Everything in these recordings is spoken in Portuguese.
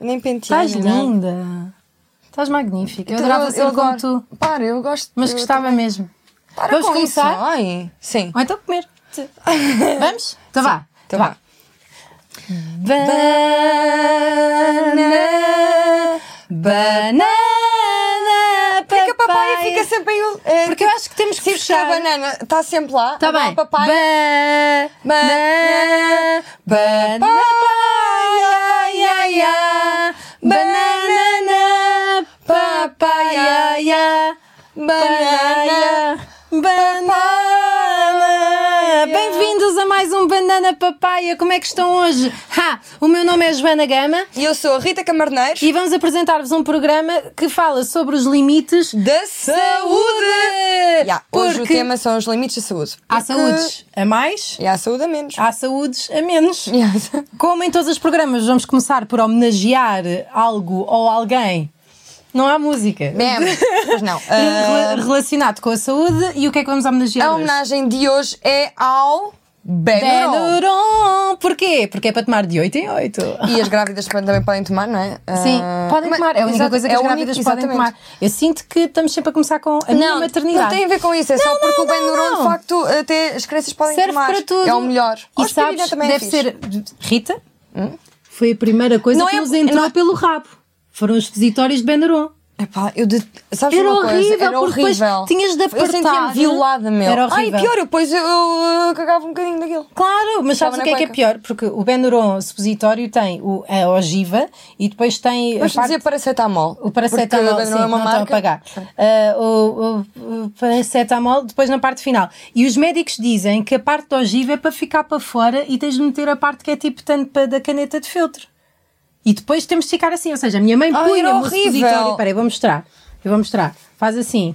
Nem penteei. Estás nem nada. linda. Estás magnífica. Eu Então, adorava ser como tu, Para, eu gosto. mas eu gostava também- mesmo. Para Vamos com começar? Isso. Ai, sim. Ou então comer. Vamos? Então vá. Então vá. Banana, banana, Porque a papaya fica sempre em. ul- eh, Porque eu acho que temos que Sempre que a fechar. banana está sempre lá. Tá agora bem. A papaya. Banana, banana, Papaya, banana, papaya, banana, banana. Bem-vindos a mais um Banana Papaya. Como é que estão hoje? Ha, o meu nome é Joana Gama E eu sou a Rita Camarneiro e vamos apresentar-vos um programa que fala sobre os limites da saúde. Yeah, Hoje o Porque- tema é são os limites da saúde. Há Porque- saúdes Ah, a mais, E há saúde a menos. há saúdes a menos. Yeah. Como em todos os programas, vamos começar por homenagear algo ou alguém. Não há música. Bem, Mas não. Rela- Ah, Relacionado com a saúde e o que é que vamos a homenagear? hoje? homenagem de hoje é ao Benuron. Benuron! Porquê? Porque é para tomar de 8 em 8. E as grávidas também podem tomar, não é? Ah, Sim, podem mas- tomar. É a única exato, coisa que é as o único- grávidas podem exatamente. tomar. Eu sinto que estamos sempre a começar com a minha Não, maternidade. não tem a ver com isso, é só Não, porque não, o Ben não, Duron, de não. facto, eh, até as crianças podem Serve tomar. para tudo. É o melhor. E Ou sabes, aspirina também é deve fixe. Hum? ser. Rita? Foi a primeira coisa Não que é- nos entrou não é- pelo rabo. Foram os visitórios de Benuron. Epá, eu de... Sabes Era uma coisa? horrível, era porque depois horrível. tinhas de Eu sentia-me apertar. é? violada, meu. Era Ai, horrível. pior, eu depois eu, eu cagava um bocadinho daquilo. Claro, mas Estava sabes na o que é que é cueca. pior? Porque o Benuron supositório tem o, a ogiva e depois tem Mas a parte dizer paracetamol. O paracetamol, porque o Ben sim, Duron é uma não marca. estão a pagar. Ah, o, o- o paracetamol, depois na parte final. E os médicos dizem que a parte da ogiva é para ficar para fora e tens de meter a parte que é tipo tampa da caneta de filtro. E depois temos de ficar assim, ou seja, a minha mãe Ai, punha era o horrível. supositório. Espera, eu vou mostrar. Eu vou mostrar. Faz assim.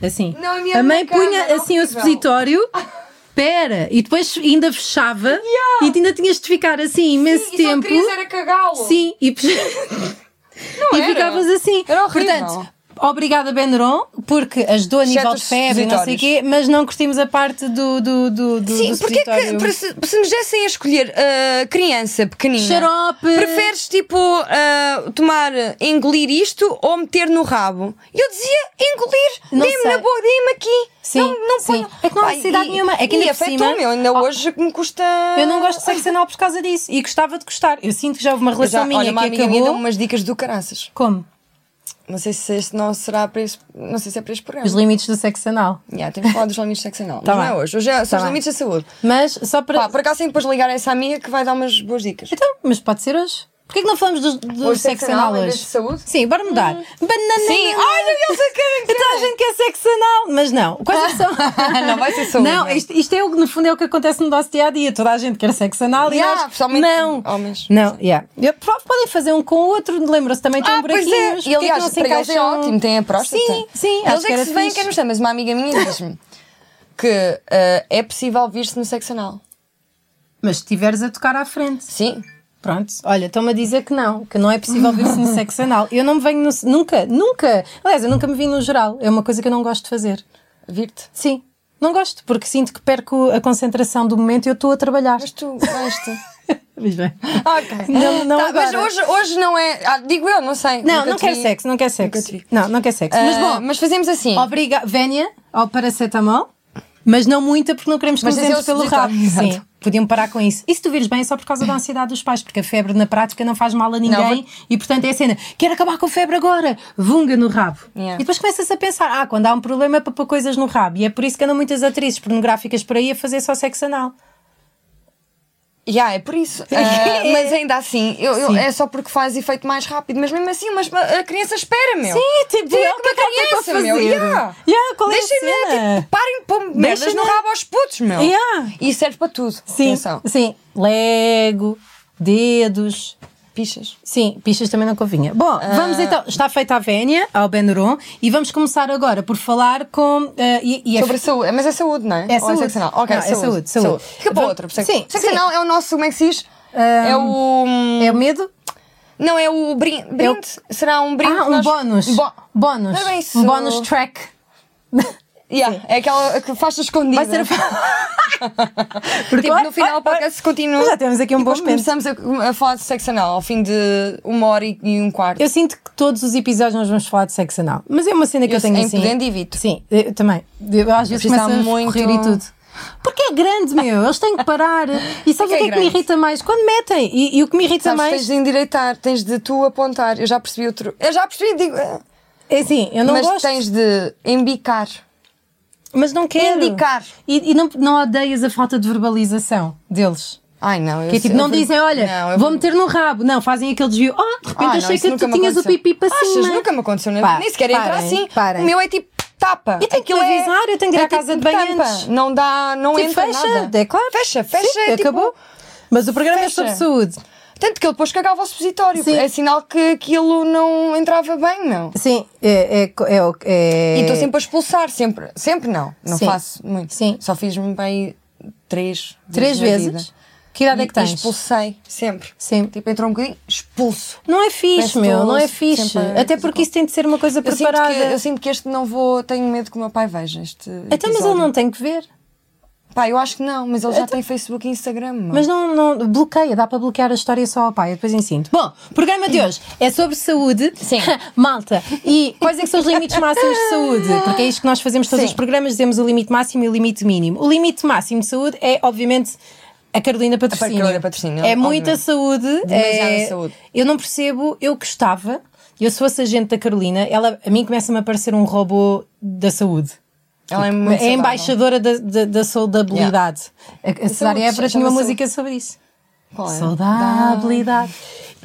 Assim. Não, a minha a mãe não cabe, punha era assim o horrível. supositório. Pera, e depois ainda fechava e ainda tinhas de ficar assim imenso E só tempo. querias é era cagá-lo. Sim, e, e era. ficavas assim. Era horrível. Portanto, obrigada, Benuron, porque ajudou a Exceto nível de os febre e não sei o quê, mas não curtimos a parte do. do, do, do Sim, do porque é que supositório. por- se, se nos dessem a escolher ah, criança pequenina, Xarope. preferes tipo ah, tomar, engolir isto ou meter no rabo? Eu dizia engolir, Não dê-me sei. na boa, dê-me aqui. Sim, não, não sim. ponham. É que não há Pá, necessidade e- nenhuma. É que e ainda por afetou-me, cima- eu ainda Oh. hoje me custa. Eu não gosto de sexo anal por causa disso e gostava de gostar. Eu sinto que já houve uma Eu já, relação minha olha, uma que amiga minha acabou. deu umas dicas do caraças. Como? Não sei se este não será para este, não sei se é para este programa. Os limites do sexo anal. Yeah, temos que falar dos limites sexuais, mas Tá não bem. é hoje. Hoje é, são Tá os bem. limites da saúde. Mas só para. Pá, por acaso tem que depois ligar a essa amiga que vai dar umas boas dicas. Então, mas pode ser hoje. Porquê que não falamos do, do Hoje é sexo sexo anal anal em vez hoje? de saúde? Hum. Sim, bora mudar. Banana. Sim, ai, eu sei que- Então a gente quer sexo anal, mas não. Quais é são? Não, vai ser saúde, Não, não. isto, isto é o que no fundo é o que acontece no nosso dia a dia. Toda a gente quer sexo anal e Yeah, nós- pessoalmente, não. homens. Não, yeah. Eu- prova- podem fazer um com o outro, lembram-se também tem Ah, um pois buraquinhos. é. Porquê E que aliás, não se para eles é encaixam? ótimo, tem a próstata. Sim, sim, Eles é acho que que era se vêem fixe. quem nos chama, mas uma amiga minha diz-me que eh, é possível vir-se no sexo anal. Mas se estiveres a tocar à frente. Sim. Pronto, olha, estão-me a dizer que não, que não é possível ver-se no sexo anal. Eu não me venho no. Nunca, nunca. Aliás, eu nunca me vi no geral. É uma coisa que eu não gosto de fazer. Vir-te. Sim, não gosto, porque sinto que perco a concentração do momento e eu estou a trabalhar. Mas tu gosta. Mas bem. ok. Não, não Tá, mas agora. hoje, hoje não é. ah, digo eu, não sei. Não, nunca não te quero vi. sexo, não quero Nunca sexo. te vi. Não, não quero sexo. Ah, mas bom, mas fazemos assim. obriga, venha ao paracetamol, mas não muita porque não queremos que Mas nos esse é entre o pelo rabo. supositório, exato. Sim, podiam parar com isso. E se tu vires bem é só por causa da ansiedade dos pais, porque a febre na prática não faz mal a ninguém Não, vai- e portanto é a cena, quero acabar com a febre agora, vunga no rabo. Yeah. E depois começas a pensar, ah, quando há um problema é para pôr coisas no rabo. E é por isso que andam muitas atrizes pornográficas por aí a fazer só sexo anal. Já, é por isso. Ah, mas ainda assim, eu, eu- Sim. é só porque faz efeito mais rápido. Mas mesmo assim, mas a criança espera, meu. Sim, tipo, Diga é que uma que ela tem para criança, fazer. meu. Yeah. Yeah, qual é a Deixem-me, cena? tipo, parem de pôr merdas Deixem-me- no rabo aos putos, meu. Yeah. E serve para tudo. Sim, Atenção. sim. Lego, dedos. Pichas. Sim, pichas também não convinha. Bom, Ah. vamos então. Está feita a vénia ao Benuron e vamos começar agora por falar com. eh, e, e é- Sobre a saúde. Mas é saúde, não é? É Ou é saúde. sexo anal? Ok, Não, é saúde. saúde, saúde. Fica para Vamos- outra. Sim, Sim, sexo sim. anal é o nosso, como é que se diz? Ah, é o... é o medo? Não, é o brin- brinde. Será um brinde? Ah, que um nós- bónus. Bo- Bónus. Não é bem Um isso. bónus track. Yeah, é aquela que faz escondida. Vai ser Porque tipo, no final o podcast continua. Já temos aqui um e bom depois momento. começamos a, a falar de sexo anal ao fim de uma hora e, e um quarto. Eu sinto que todos os episódios nós vamos falar de sexo anal. Mas é uma cena que eu, Eu- tenho em assim. Podendo evito. Sim, eu também. Eu às vezes Preciso começo a estar muito- muito... e tudo. Porque é grande, meu. Eles têm que parar. E sabes o É que que é é que me grande. irrita mais? Quando metem. E, e o que me irrita Sabes, mais. tens de endireitar, tens de tu apontar. Eu já percebi outro. Eu já percebi, digo. eh, É assim, eu não mas gosto. tens de embicar. Mas não quero. Indicar. E, e não, não odeias a falta de verbalização deles. Ai não, eu Que é Assim, tipo, eu não vou- dizem, olha, Não, eu vou meter no rabo. Não, fazem aquele desvio. Oh, de repente Ah, não, achei isso que nunca tu me tinhas aconteceu. o pipi para Achas? cima. nunca me aconteceu. nem- Pá, nem sequer entra parem, assim. parem. O meu é tipo tapa. E tem que Aquilo é- avisar, eu tenho que ir é à casa tipo de banho tampa. antes. Não dá, não Tipo, entra fecha, nada. é claro. Fecha, fecha. Sim, é tipo- acabou. Mas o programa é sobre fecha. saúde. Tanto que ele depois cagava ao supositório. Sim. É sinal que aquilo não entrava bem, não. Sim, é. é, co- é, o- é- E estou sempre a expulsar, sempre. Sempre não. Não Sim. faço muito. Sim. Só fiz-me bem três Três na vezes. vida. Que idade é que E- e tens? Expulsei, sempre. Sim. Tipo, entrou um bocadinho, expulso. Não é fixe, Parece meu, todo não é sempre fixe. a- Até porque isso tem de ser uma coisa Eu sinto, preparada. que, eu sinto que este não vou. Tenho medo que o meu pai veja este. Até, Então, mas episódio. ele não tem que ver. Pá, eu acho que não, mas ele já tem Facebook e Instagram. mano. Mas não, não bloqueia, dá para bloquear a história só ao pai, eu depois ensino. Bom, o programa de hoje é sobre saúde, Sim. malta. E quais é que são os limites máximos de saúde? Porque é isto que nós fazemos todos Sim. os programas, dizemos o limite máximo e o limite mínimo. O limite máximo de saúde é, obviamente, a Carolina Patrocínio. Carolina Patrocínio, É obviamente. muita saúde. Demasiada é- saúde. Eu não percebo, eu gostava, eu se fosse agente da Carolina, ela a mim começa-me a parecer um robô da saúde. ela é muito. é saudável. embaixadora da, da, da saudabilidade. A, a Saúde, Cesária Évora tinha uma chama-se- música sobre isso. Qual é? Saudabilidade.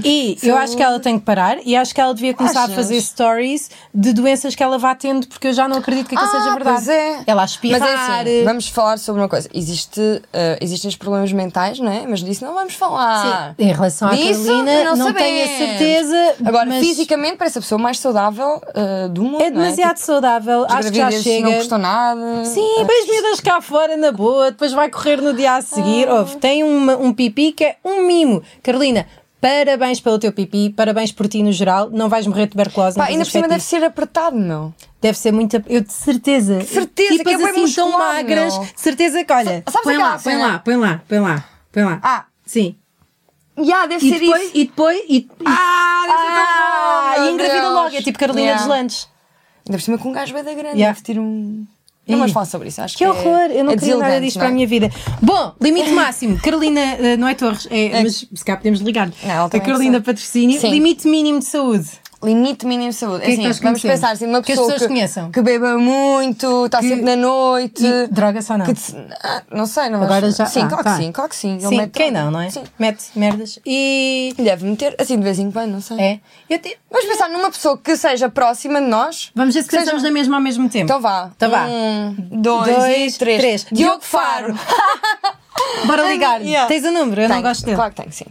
E eu acho que ela tem que parar e acho que ela devia começar a Achas? fazer stories de doenças que ela vá tendo, porque eu já não acredito que aquilo seja verdade. Pois é. Ela a espirrar. Mas é assim, vamos falar sobre uma coisa. Existe, eh, existem os problemas mentais, não é? Mas disso não vamos falar. Sim, em relação à Disso, Carolina, não sabemos. tenho a certeza, Agora, mas- fisicamente, parece a pessoa mais saudável eh, do mundo. É demasiado saudável, Não é? acho que já chega. não Ah. custou nada. Sim, para as miúdas cá fora, na boa, depois vai correr no dia a seguir. Ah. Ouve, tem uma- um pipi que é um mimo. Carolina, parabéns pelo teu pipi, parabéns por ti no geral. Não vais morrer de tuberculose, Pá, não tens ainda por cima deve aspecto ser apertado, não. disso. deve ser muito. Eu de certeza. certeza, Tipas que é bué assim tão muscular, magras, meu. de certeza que olha. Sa- sabes põe, lá, aquela põe cena? lá, põe lá, põe lá, põe lá. Ah. Sim. Yeah, deve E ser depois, isso. e depois, e. Ah, deve ser tão bom, Ah, meu e engravida Deus. logo, é tipo Carolina Yeah. dos Landes. Ainda por cima com um gajo bem da grande. Yeah. Deve ter um. Não vamos falar sobre isso, acho que, Que horror, é, eu não é queria nada deselegante, disto não é? para a minha vida. Bom, limite máximo, Carolina, eh, não é Torres, é, mas se cá podemos ligar. ela a também Carolina precisa. Patrocínio, Sim. limite mínimo de saúde. Limite mínimo de saúde. que é que assim, nós vamos conhecemos? pensar assim, uma Que as pessoa pessoas conheçam? que beba muito, está sempre na noite. E droga só não. que te- ah, não sei, não Agora acho- já. Sim, ah, claro tá. que sim, claro que sim. Ele Sim, mete quem droga. não, não é? Sim. Mete merdas. E. Deve meter, assim de vez em quando, não sei. É. Eu te- Vamos pensar numa pessoa que seja próxima de nós. Vamos ver se Seja- pensamos na mesma ao mesmo tempo. Então vá. Então vá. Um, dois, Dois, e três. três. Diogo Diogo Faro. Bora ligar. Yeah. Tens o número, eu não Tenho, gosto dele. Claro que tenho, sim.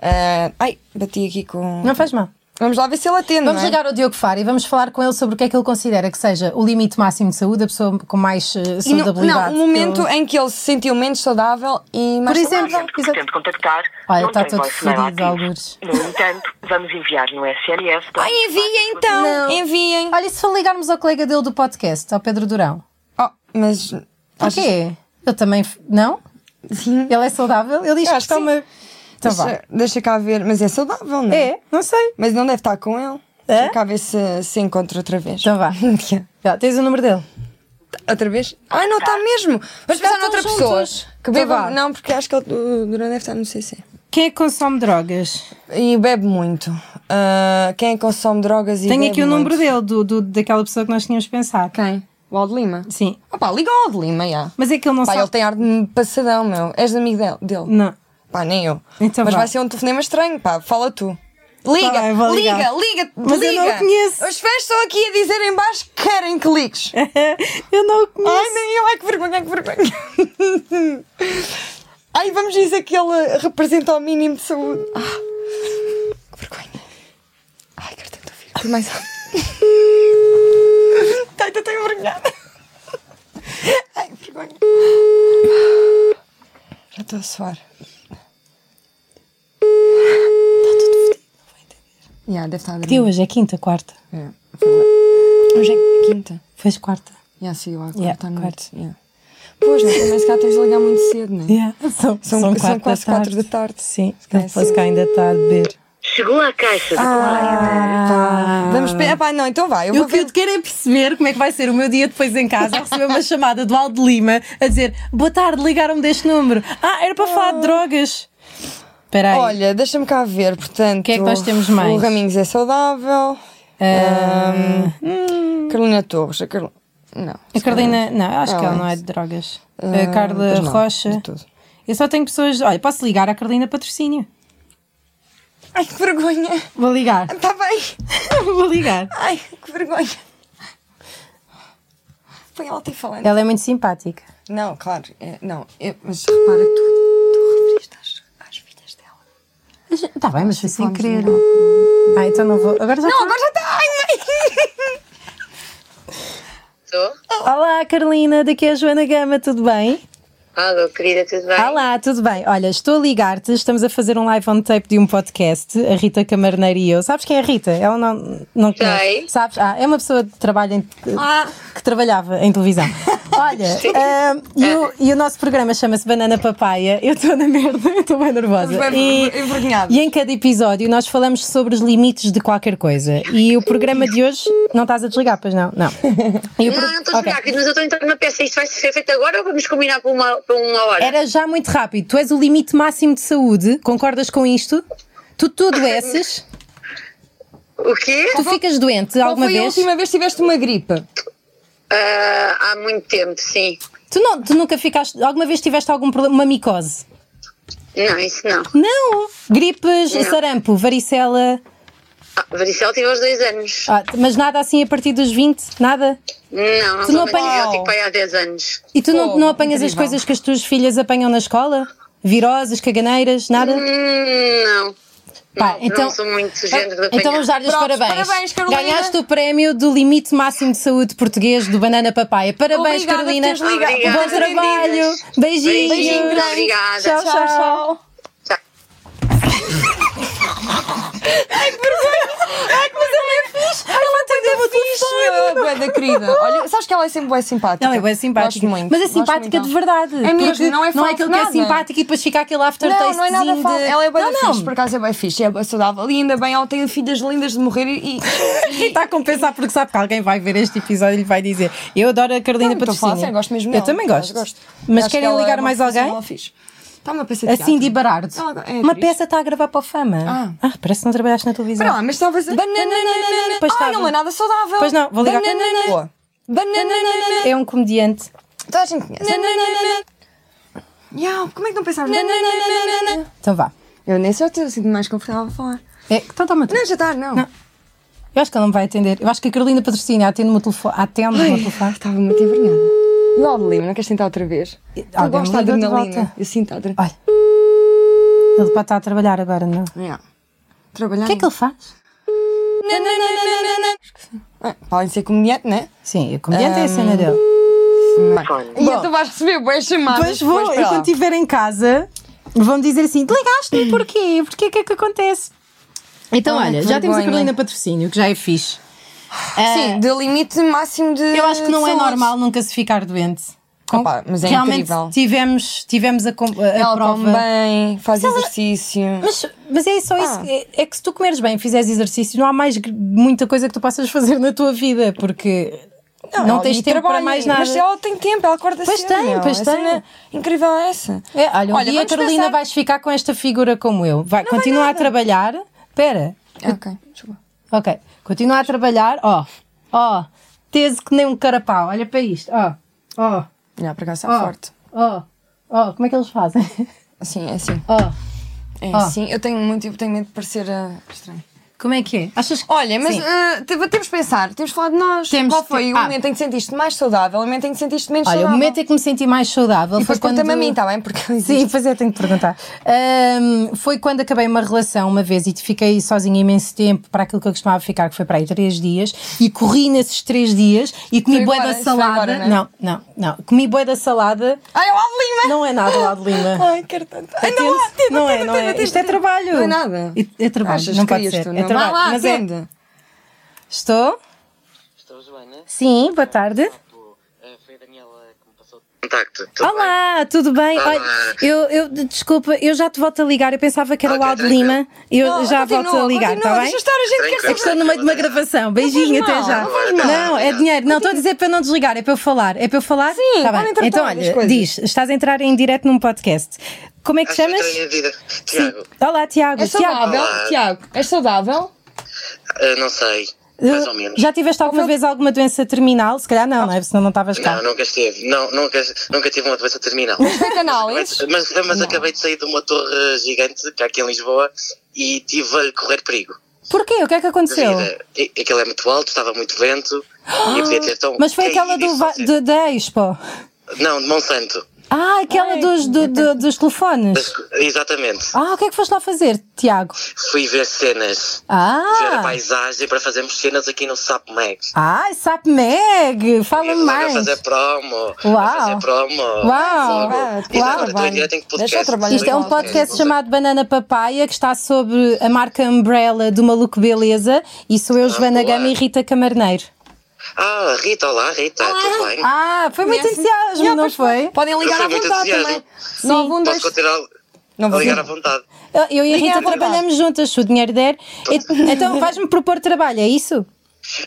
Ah, ai, bati aqui com. Não faz mal. Vamos lá ver se ele atende. Vamos não é? ligar ao Diogo Faro e vamos falar com ele sobre o que é que ele considera que seja o limite máximo de saúde, a pessoa com mais eh, E não, saudabilidade. não, o momento Eu- em que ele se sentiu menos saudável e mais Por exemplo, saudável. Margem que pretende contactar Olha, não tá está tem todo voicemail fodido, ativo. algures. No entanto, vamos enviar no SNS... para- Ai, enviem então! Não. Enviem! Olha, e se for ligarmos ao colega dele do podcast, ao Pedro Durão. Oh, mas. Porquê? Eu também. f- Não? Sim. Ele é saudável? Ele diz Eu que, acho que eh, toma. Então vá. Deixa, deixa cá ver, mas é saudável, não é? É, não sei. Mas não deve estar com ele. É? Deixa cá ver se, se encontra outra vez. Então vá. Já, tens o número dele? outra vez? Ai, não está mesmo! Vamos pensar estão noutra pessoa. juntos. Que beba. Então vá. não, porque acho que ele, o Duran deve estar no CC. Quem é que consome drogas? E bebe muito. Ah, quem consome drogas e. Tenho bebe aqui o número muito? dele, do, do- daquela pessoa que nós tínhamos pensado. Quem? O Aldo Lima? Sim. Opa, liga ao Aldo Lima, já. Mas é que ele não Pá, sabe. ele tem ar de um passadão, meu. És amigo dele. dele. Não. Pá, nem eu. Então Mas vá. vai ser um telefonema estranho, pá. Fala tu. Liga, Tá bem, vou ligar. liga, liga, Mas eu liga. não o conheço. Os fãs estão aqui a dizer em baixo que querem que ligues. Eu não o Ai, conheço. nem eu. Ai, que vergonha, ai, que vergonha. Ai, vamos dizer que ele representa o mínimo de saúde. Ah, que vergonha. Ai, quero tanto ouvir. Por mais alto. Ai, estou tão envergonhada. Ai, que vergonha. Já estou a suar. Yeah, deve estar a Que dia dormir. hoje? É quinta, quarta? É, foi lá. Hoje é quinta. Fez quarta. Yeah, sim, eu acordo Yeah, à noite. quarto. Yeah. Pois, mas também se calhar tens de ligar muito cedo, não é? São, São- são quatro quase quatro da tarde. Sim, se calhar ele fosse cá ainda está a beber. Chegou a caixa de Ah. Pá, Vamos pe- Epá, não, então vai. Eu Eu, vou o que eu ver. te quero é perceber como é que vai ser o meu dia depois em casa. a receber uma chamada do Aldo Lima a dizer Boa tarde, ligaram-me deste número. Ah, era para falar de drogas. Espera aí. Olha, deixa-me cá ver, portanto. O que é que nós temos mais? O Raminhos é saudável. Ah, ah, Ahm, Carolina Torres. A Carol... Não. a Carolina, não, acho Ah, que ela não é antes. de drogas. Ah, a Carla pois não, Rocha. de todo. Eu só tenho pessoas. Olha, posso ligar à Carolina Patrocínio? Ai, que vergonha. Vou ligar. Está bem. Vou ligar. Ai, que vergonha. Foi ela ter falando. Ela é muito simpática. Não, claro. é- não, é- mas repara que tu, tu referiste às, às filhas dela. Está tá bem, mas foi sem Vamos querer. ligar. Ah, então não vou. Agora já tá, Não, agora já está. Ai, ai. Estou? Olá, Carolina, daqui é a Joana Gama, tudo bem? Alô, querida, tudo bem? Olá, tudo bem? Olha, estou a ligar-te, estamos a fazer um live on tape de um podcast, a Rita Camarneiro e eu. Sabes quem é a Rita? Ela não, não conhece. Sei. Sabes? Ah, é uma pessoa que trabalha em- Ah. que trabalhava em televisão. Olha, ah, e, o, e o nosso programa chama-se Banana Papaya. Eu estou na merda, eu estou bem nervosa. Estamos bem E- envergonhados. E em cada episódio nós falamos sobre os limites de qualquer coisa. E o programa de hoje. Não estás a desligar, pois não? Não. E o Não, pro- não estou a Ok. jogar, querido, mas eu estou a entrar numa peça. Isto vai ser feito agora ou vamos combinar por uma, por uma hora? Era já muito rápido. Tu és o limite máximo de saúde. Concordas com isto? Tu, tu adoeces? O quê? Tu ficas doente Qual alguma foi a vez? última vez que tiveste uma gripe? Ah, há muito tempo, sim. Tu, não, tu nunca ficaste. Alguma vez tiveste algum problema? Uma micose? Não, isso não. Não! Gripes, Não. sarampo, varicela. Ah, varicela tive aos dois anos. Ah, mas nada assim a partir dos 20? Nada? Não, não Tu não tomo apanhas- antibiótico para aí há 10 anos. E tu não, Fogo, não apanhas as incrível. coisas que as tuas filhas apanham na escola? Viroses, caganeiras, nada? Hum, não. Pá, não, então- não sou muito género de apanhar. Então vamos dar-lhe os Pronto, parabéns. parabéns, Carolina. Ganhaste o prémio do limite máximo de saúde português do Banana Papaya. Parabéns, Obrigada por Carolina. teres ligado. Obrigada. Bom trabalho. Atendidas. Beijinhos. Beijinho grande. Obrigada. Tchau, tchau, tchau. Tchau. Ela atendeu o telefone. Bué da querida. Olha, sabes que ela é sempre bem simpática. Não, é bem simpática. Gosto muito. mas é gosto simpática muito de verdade. É mesmo, Porque não é falso aquele nada. que é simpático e depois fica aquele aftertaste. Não, não é nada falso. Ela é bem Não, fixe, por não. acaso é bem fixe. É bem saudável. E ainda bem, ela tem filhas lindas de morrer e. Quem está a compensar porque sabe que alguém vai ver este episódio e lhe vai dizer eu adoro a Carolina Não, estou a falar Patrocínio. sério, é gosto mesmo Eu dela, também por gosto. acaso Mas Acho querem que ela ligar é uma mais profissional alguém? fixe. Está uma peça de A Cindy teatro. Barardo. Ela é uma atriz. peça está a gravar para o Fama. Ah. parece que não trabalhaste na televisão. Espera lá, mas estava a dizer. Bananana. Pois Ai, estava. não é nada saudável. Pois não, vou ligar. Bananana. Boa. Bananana. É um comediante. Toda a gente conhece. Iau, como é que não pensaram? Então vá. Eu nem sei se eu sinto mais confortável a falar. É, então toma tu. Não, já está, não. Não. Eu acho que ela não me vai atender. Eu acho que a Carolina Patrocínio atende-me o telefone. Atende-me o Ai, telefone. Estava muito envergonhada. E o Aldo Lima, não queres tentar outra vez? Eu alguém gosto da me ligou de adrenalina. volta. Eu sinto a adrenalina. Olha. Ele pode estar a trabalhar agora, não? é? O Yeah. Trabalhar. que é que ele faz? Ah, podem ser comediante, né? Sim, o comediante é a cena Ahm, dele. E tu vais receber boas chamadas. Pois vou, depois e para quando lá. estiver em casa, vão dizer assim: ligaste-me porquê? Porquê que é que acontece? Então, Ai, olha, que já temos a vergonha. Carolina Patrocínio, que já é fixe. Ah, Sim, de limite máximo de. Eu acho que não de é saúde. normal nunca se ficar doente. Opa, mas é Realmente incrível. tivemos, tivemos a, com- a- a Ela é prova. come bem, faz exercício. Mas, mas é só isso. Ah. É, é que se tu comeres bem, fizeres exercício, não há mais gr- muita coisa que tu possas fazer na tua vida, porque não, ela- tens e tempo para trabalha, mais nada. Mas ela tem tempo, ela acorda Pois cedo. tem, meu. pois A tem. cena Incrível é essa. É, olha, um dia, vamos Carolina, pensar- vais ficar com esta figura como eu. Vai, continua a trabalhar. Espera, Ah, Ok, desculpa. ok. Continua a trabalhar. Ó, ó, teso que nem um carapau. Olha para isto. Ó, ó, Já, para cá está ó. forte. Ó, ó, como é que eles fazem? Assim, é assim. Ó, É Ah. assim. Eu tenho muito, eu tenho medo de parecer ah, estranho. como é que é? Achas que. Olha, mas Sim. ah, te- temos de pensar, temos de falar de nós. Temos Qual de- foi o Ah. momento em que sentiste mais saudável, o momento em que sentiste menos Olha, o saudável? momento em que me senti mais saudável E foi depois quando. conta-me a mim, está bem? Porque eu existo. Sim, pois é, tenho que perguntar. Ahm, foi quando acabei uma relação uma vez e fiquei sozinha imenso tempo para aquilo que eu costumava ficar, que foi para aí três dias, e corri nesses três dias e comi Foi bué agora, da isso foi salada. agora, né? Não, não, não. Comi bué da salada. Ai, o Aldo Lima! Não é nada lá de Lima. Ai, quero tanto. Ai, Ah, não, ah, Atende-se. atende, não é, atende, não é. atende, Isto é atende. trabalho. Não é nada. É, é trabalho, Achas não que pode querias tu, ser. é não? Então Vá trabalho. lá, mas é- atende. Estou? Estou, Joana? Sim, boa tarde. né? Eh, foi a Daniela que me passou o contacto. Tudo bem? Olá, tudo bem? Olá. Olha, eu, eu- desculpa, eu já te volto a ligar. Eu pensava que era o Ok, Aldo tranquilo. Lima. Eu Não, já continua, volto a ligar, continua, está bem? Deixa estar, a gente quer Tranquilo. É saber. que estou no meio de uma gravação. Beijinho, Não faz até já. mal, não faz mal. Não, é dinheiro. Não, estou a dizer para não desligar, é para eu falar. É para eu falar? Sim, Tá bem. podem tratar Então, das olha, coisas. diz, estás a entrar em direto num podcast. Como é que te Acho chamas? estranha a vida. Sim. Tiago, Olá, Tiago. Ah. És É saudável, Olá. Tiago? És saudável? eh, não sei. Mais ou menos. já tiveste alguma vez alguma doença terminal? Se calhar não, não é? Senão não estavas cá. Não, nunca esteve. Não, nunca, nunca tive uma doença terminal. Fez análises? Mas, mas acabei de sair de uma torre gigante, que há aqui em Lisboa, e tive a correr perigo. Porquê? O que é que aconteceu? Vida. E- Aquilo é muito alto, estava muito vento, e eu podia ter tão. Mas foi caído aquela do, e va- fazer- do- da Expo. Não, de Monsanto. Ah, aquela Ai. dos, do- do- dos telefones. Exatamente. Ah, o que é que foste lá fazer, Tiago? Fui ver cenas. Ver a Ah! paisagem para fazermos cenas aqui no Sap Max. Ai, SAP Meg! Fala-me Vai mais! fazer promo. vai Uau. Fazer promo. Uau. Fogo. Uau, E agora estou vai. em direto em que podcast? Deixa eu trabalhar. Isto é um Legal, podcast Não sei. chamado Banana Papaya, que está sobre a marca Umbrella do Maluco Beleza. E sou eu, Joana boa. Gama e Rita Camarneiro. Ah, Rita, olá Rita, tudo bem? Ah, foi muito entusiasmo, Yeah, não pois foi? Podem ligar Foi à muito vontade entusiasmo. também. 912. Posso continuar Não a vou ligar dizer. à vontade? Eu e a Liguem à Rita vontade. trabalhamos juntas, se o dinheiro der. E- Então vais-me propor trabalho, é isso?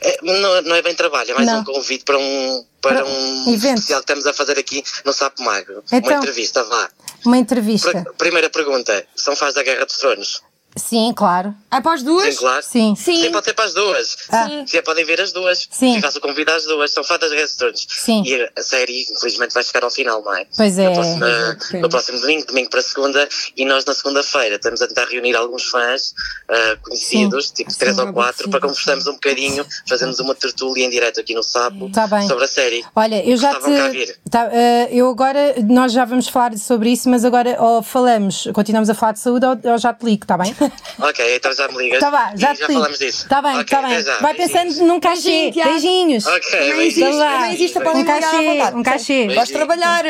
É, não, não é bem trabalho, é mais Não. um convite para um, para Para um evento. especial que estamos a fazer aqui no Sapo Magro. Então. Uma entrevista, vá. Uma Pr- entrevista. primeira pergunta: são fãs da Guerra dos Tronos? Sim, claro. É para as Sim, duas? claro. Sim. Sim. pode ser para as duas. Ah. Sim. Sim, podem ver as duas. Sim. Fica o convite às duas. São fãs das Guerra dos Tronos. Sim. E a série, infelizmente, vai chegar ao final, não é? Pois é. No próximo, que pena. no próximo domingo, domingo para segunda. E nós, na segunda-feira, estamos a tentar reunir alguns fãs ah, conhecidos, tipo três Sim, ou quatro, sim. para conversarmos um bocadinho, fazermos uma tertúlia em direto aqui no Sapo Tá bem. sobre a série. Olha, eu já Gostavam cá a te. vir. Tá, eh, eu agora, nós já vamos falar sobre isso, mas agora ou falamos, continuamos a falar de saúde ou, ou já te ligo, está bem? Ok, então já me ligas. Tá vá, já e te já ligo. falamos disso. Tá bem, Ok, tá até bem. já. Vai Beijinhos. pensando num cachê. Beijinho, Tiago. Beijinhos. Ok, Não existe, beijinhos. Tá não bem. existe, Um podem ligar à cachê, vontade. um cachê. Vais trabalhar.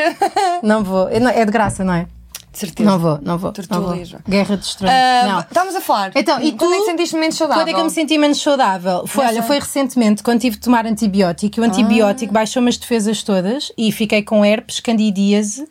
Não vou, eu não- é de graça, não é? De certeza. Não vou, não vou. Não vou. Tertúlias, vá. Guerra dos Tronos. Ah, não. Estávamos a falar. Então, e tu? Quando é que sentiste menos saudável? Quando é que eu me senti menos saudável? Foi, olha, foi recentemente, quando tive de tomar Ah. antibiótico. E o antibiótico baixou-me as defesas todas e fiquei com herpes, candidíase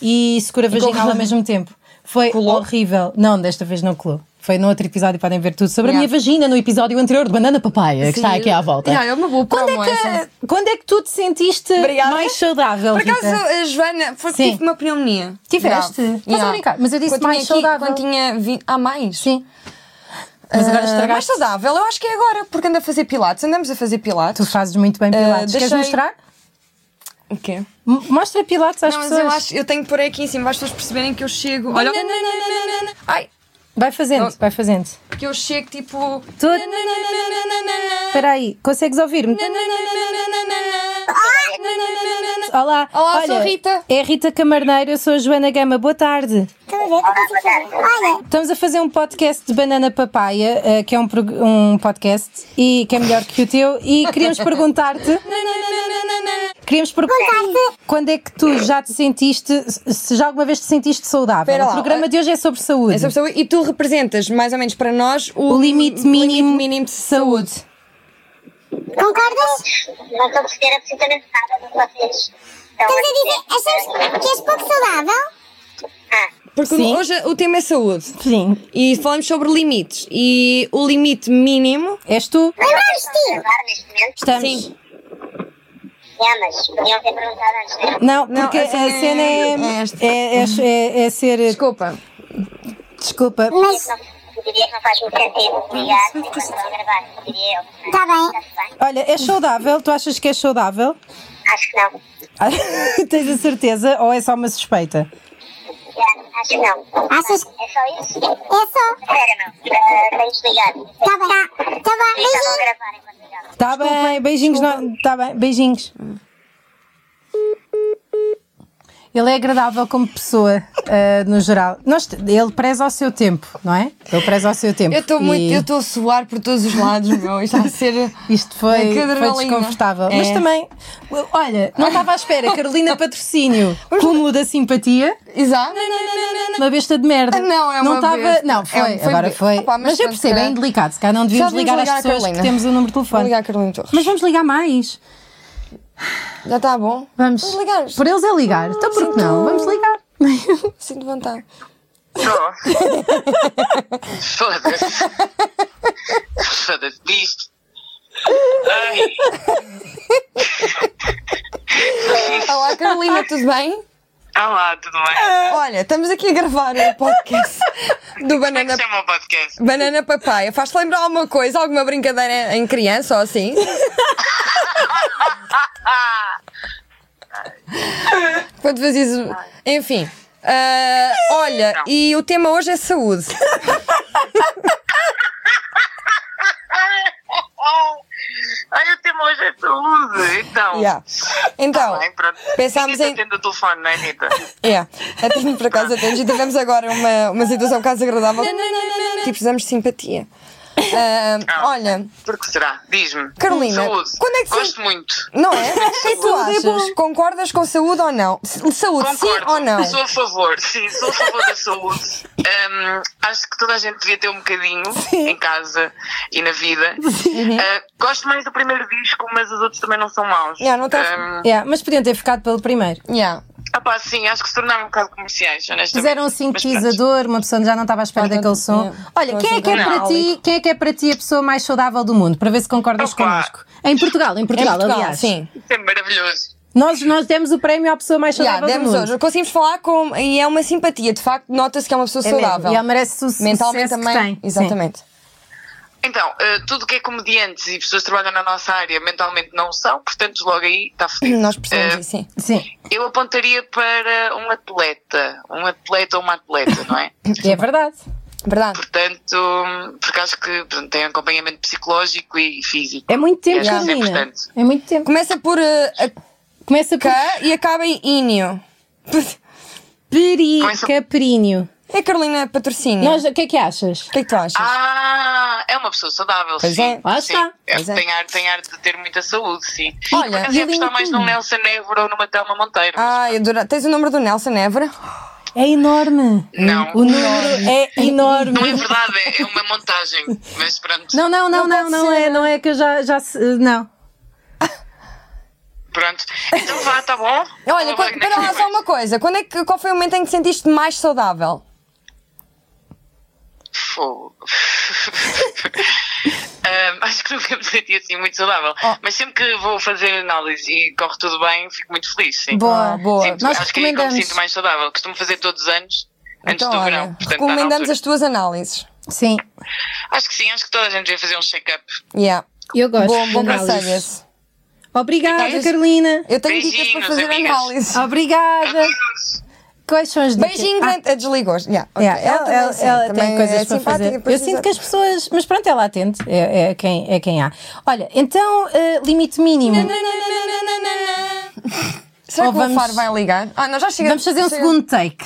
e secura vaginal ao mesmo tempo. Foi horrível. Não, desta vez não colou. Foi no outro episódio, podem ver tudo sobre a Yeah. minha vagina, no episódio anterior de Banana Papaya, que Sim. está aqui à volta. Yeah, é uma boa quando, promo é essa. que, quando é que tu te sentiste Obrigada. mais saudável, Por acaso, Rita? a Joana, foi Sim. tive uma pneumonia. Tiveste? Grave. Estás a brincar? Mas eu disse Quando mais tinha aqui- saudável. Quando tinha 20... Ah, mais? Sim. Mas agora Ah, estragaste. mais saudável, eu acho que é agora, porque ando a fazer pilates. Andamos a fazer Tu pilates. fazes muito bem pilates. Queres Eh, deixei- mostrar? O quê? M- Mostra pilates às não, mas pessoas. eu acho, eu tenho que pôr aqui em cima, para as pessoas perceberem que eu chego. Olha, não, não, não, não, não, não. ai, Vai fazendo, Não. vai fazendo. que eu chego tipo. Tu- Espera aí, consegues ouvir-me? Ah! Olá. Olá, Olha, sou a Rita. É a Rita Camarneiro, eu sou a Joana Gama. Boa tarde. Estamos a fazer um podcast de Banana Papaya, eh, que é um, prog- um podcast e que é melhor que o teu. E queríamos perguntar-te. Queríamos perguntar-te quando é que tu já te sentiste, se já alguma vez te sentiste saudável. Espera o lá, programa eh, de hoje é sobre saúde. É sobre saúde. E tu representas, mais ou menos para nós, o, O limite mínimo, de de saúde. Concordas? Não estou a perceber absolutamente nada do que vocês Então, Estamos assim, a dizer, achamos que és pouco saudável? Porque Sim. hoje o tema é saúde. Sim. E falamos sobre limites. E o limite mínimo. És tu? Lembramos-te! levar neste momento. Estamos. Sim. Já, mas podiam ter perguntado antes, né? Não, Não, porque assim, a cena é. é esta. É, é- é- é ser. Desculpa. Desculpa. Mas, Eu diria que não faz muito sentido ligar enquanto estão a gravar, diria eu. está Tá bem. Está bem? Olha, é saudável? Tu achas que é saudável? Acho que não. Tens a certeza ou é só uma suspeita? Já, acho que não. Achas que É só isso? é só? Sério, não. Ah, Tenho desligado. Está bem. Está bem. E estavam Beijinho. a gravar enquanto ligavam. Tá bem, beijinhos. Não, tá bem, beijinhos. Ele é agradável como pessoa, ah, no geral. Nós, ele preza ao seu tempo, não é? Ele preza ao seu tempo. Eu estou muito. E Eu estou a suar por todos os lados, meu. Isto está a ser. Isto foi, Que foi adrenalina. desconfortável. É. Mas também, olha, não estava à espera. Carolina Patrocínio, cúmulo da simpatia. Exato. Uma besta de merda. Ah, não, é não uma estava- besta. Não, foi. É, foi Agora be- foi. Opa, mas mas eu pronto, se percebo, é calhar- indelicado. Se calhar não devíamos devíamos ligar às ligar à pessoas que Carolina. temos o número de Vou telefone. ligar a Carolina Torres. Mas vamos ligar mais. Já está bom? Vamos. Vamos Ah, ligar. Por eles é ligar. Então por que não? Vamos ligar. Sinto vontade. Só. Foda-se. Foda-se disto. Ai, Olá, Carolina, tudo bem? olá, tudo bem? Olha, estamos aqui a gravar o podcast do Como é que Banana se chama o podcast? Banana Papaya, faz-te lembrar alguma coisa, alguma brincadeira em criança ou assim? Quando fazes. o- Enfim. ah, olha, e o tema hoje é saúde. Tá Oh, ai, o tema hoje é saúde. Então, Yeah. Então, Tá bem, pronto. pensámos Ninguém em- atende o telefone, não é, Rita? é, até por acaso atendemos e tivemos agora uma, uma situação um bocado agradável que precisamos de simpatia. Ah, Ah. olha, Por que será? Diz-me. Carolina, saúde. quando é que se- Gosto muito. não é? E tu Saúde é achas? bom. Concordas com saúde ou não? S- Saúde, sim Concordo. ou não? Sou a favor, sim, sou a favor da saúde. Ahm, acho que toda a gente devia ter um bocadinho em casa e na vida. Ah, gosto mais do primeiro disco, mas os outros também não são maus. Yeah, não tá- Ahm, Yeah, É, mas podiam ter ficado pelo primeiro. Yeah. É ah pá, sim, acho que se tornaram um bocado comerciais, honestamente. Fizeram um Mas assim pronto. sintetizador, uma pessoa já não estava à espera Perdão, daquele som. é. Olha, quem é, que é Não. para ti, quem é que é para ti a pessoa mais saudável do mundo? Para ver se concordas Opa. connosco. Em Portugal, em Em Portugal, Portugal, aliás. sim. Isso é maravilhoso. Nós, nós demos o prémio à pessoa mais Yeah, saudável demos do mundo. hoje. Conseguimos falar com. E é uma simpatia, de facto, nota-se que é uma pessoa É mesmo. saudável. E ela merece o su- Mentalmente sucesso também. que tem. Exatamente. Então, ah, tudo o que é comediantes e pessoas que trabalham na nossa área mentalmente não o são, portanto, logo aí está fodido. Nós percebemos Ah, isso, sim. Sim, Eu apontaria para um atleta, um atleta ou uma atleta, não é? é verdade. Verdade. Portanto, porque acho que pronto, tem acompanhamento psicológico e físico. É muito tempo, Acho que isso é Carolina. importante. É muito tempo. Começa por eh, a Começa por K e acaba em Inio. peri, Começa- caprinho. É Carolina Patrocínio. Nós, o que é que achas? O que é que tu achas? Ah, é uma pessoa saudável, Pois sim. é. Lá sim. está. É, Pois é. Tem, ar, tem ar de ter muita saúde, sim. Olha, Por acaso ia e a linha apostar mais num fina? Nelson Évora ou numa Thelma Monteiro. Ai, adora. Tens o número do Nelson Évora? É enorme. Não. O número é enorme. Não é verdade, é, é uma montagem. Mas pronto, Não, não, Não não, não, pode não ser. é, não é que eu já, já se, não. pronto. Então vá, tá bom? Olha, quando, Wagner, espera lá só uma coisa. Quando é que, qual foi o momento em que te sentiste mais saudável? Fogo. Ahm, acho que nunca me senti assim muito saudável. Oh. Mas sempre que vou fazer análise e corre tudo bem, fico muito feliz, sim. Ah, boa. Sempre- Nós acho que é como me recomendamos. sinto mais saudável. Costumo fazer todos os anos, antes Então, do olha, verão. Portanto, está na recomendamos altura. as tuas análises. Sim, Acho que sim, acho que toda a gente devia fazer um check-up. Yeah. eu gosto. Bom, de bom análises. conselho esse. Obrigada, Ficavas- Carolina. Eu tenho dicas para Beijinhos, fazer amigas. análises. Ah, Obrigada. Quais são as dicas? Beijinho grande. Ah, desligou. Yeah, Ah, ok. yeah, ela, também, ela- sim, ela também tem coisas é para simpática, fazer. Eu precisa- sinto que as pessoas. Mas pronto, ela atende. É, é quem, é quem há. Olha, então, eh, limite mínimo. Será Ou que vamos- o Faro vai ligar? Ah, nós já chegamos. Vamos fazer um chega- segundo take.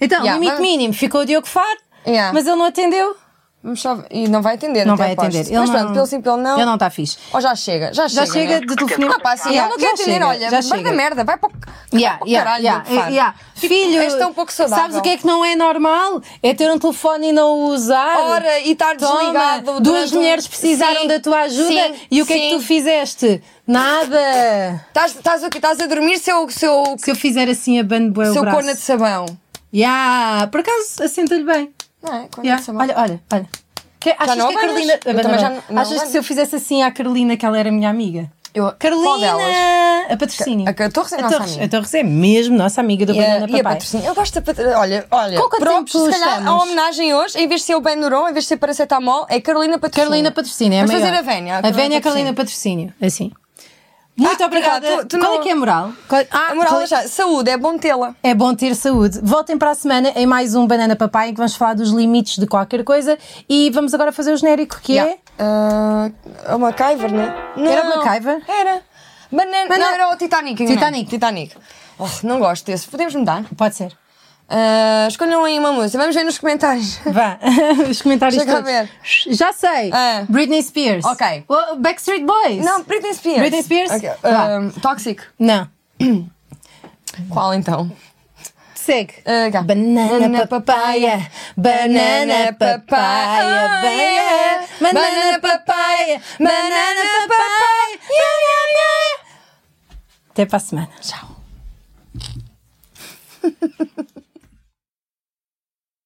Então, Yeah, limite vamos- mínimo. Ficou o Diogo Faro, Yeah. mas ele não atendeu. Vamos só... E não vai atender, Não até vai aposto. atender. Ele Mas não- pronto, pelo sim, pelo não. Ele não está fixe. Ou já chega, já chega. Já chega né? de telefonema. Ah, pá, sim, Yeah, ele não quer já atender, chega, olha. já vai chega. da merda, vai para o Yeah, para o yeah, caralho. yeah, do Faro. yeah. Filho, és tão pouco saudável. sabes o que é que não é normal? É ter um telefone e não o usar. Ora, e estar Toma, desligado. duas durante um- mulheres precisaram Sim, da tua ajuda sim, e o que é sim. que tu fizeste? Nada. Estás- Estás o quê? Estás a dormir, seu, seu, Se eu fizer assim a bando o seu braço. corna de sabão. Yeah, por acaso assenta-lhe bem. Não é? Corna Yeah. de sabão. Olha, olha, olha. Que- achas não que a abanas? Carolina. Eu Abana, também já abana. não- não achas que abano. se eu fizesse assim à Carolina, que ela era minha amiga? Eu- Qual delas? Carolina! A patrocínio. A- a Torres é nossa amiga. A Torres é mesmo nossa amiga do E a, Banana e a Papai. patrocínio. Eu gosto da patrocínio. Olha, olha. Com quanto props, tempo se calhar, a estamos? homenagem hoje, em vez de ser o Ben Nuron, em vez de ser paracetamol, é Carolina Patrocínio. Carolina Patrocínio, é Vamos maior. fazer a Vénia. A Vénia Carolina Patrocínio, assim. Muito Ah, obrigada. obrigada, tu- tu Qual é não- que é a moral? Qual- Ah, A moral qual- é já. Saúde, é bom tê-la. É bom ter saúde. Voltem para a semana em mais um Banana Papai, em que vamos falar dos limites de qualquer coisa. E vamos agora fazer o genérico, que Yeah. é... Ah, a MacGyver, né? não Era MacGyver? Era. Banana, Banana- Não, era o Titanic. enganei. Titanic. Titanic. Oh, não gosto desse. Podemos mudar? Pode ser. Ah, escolham aí uma música. Vamos ver nos comentários. Vá, os comentários Chega a todos. ver. Já sei. Ah. Britney Spears. Ok. Oh, Backstreet Boys. Não, Britney Spears. Britney Spears? Ok, Vá. ah, Toxic. Não. Qual então? Segue. Ah, cá. Banana papaya, banana papaya, Oh, banana, banana papaya, banana papaya. Yeah, yeah, yeah. Até para a semana. Tchau.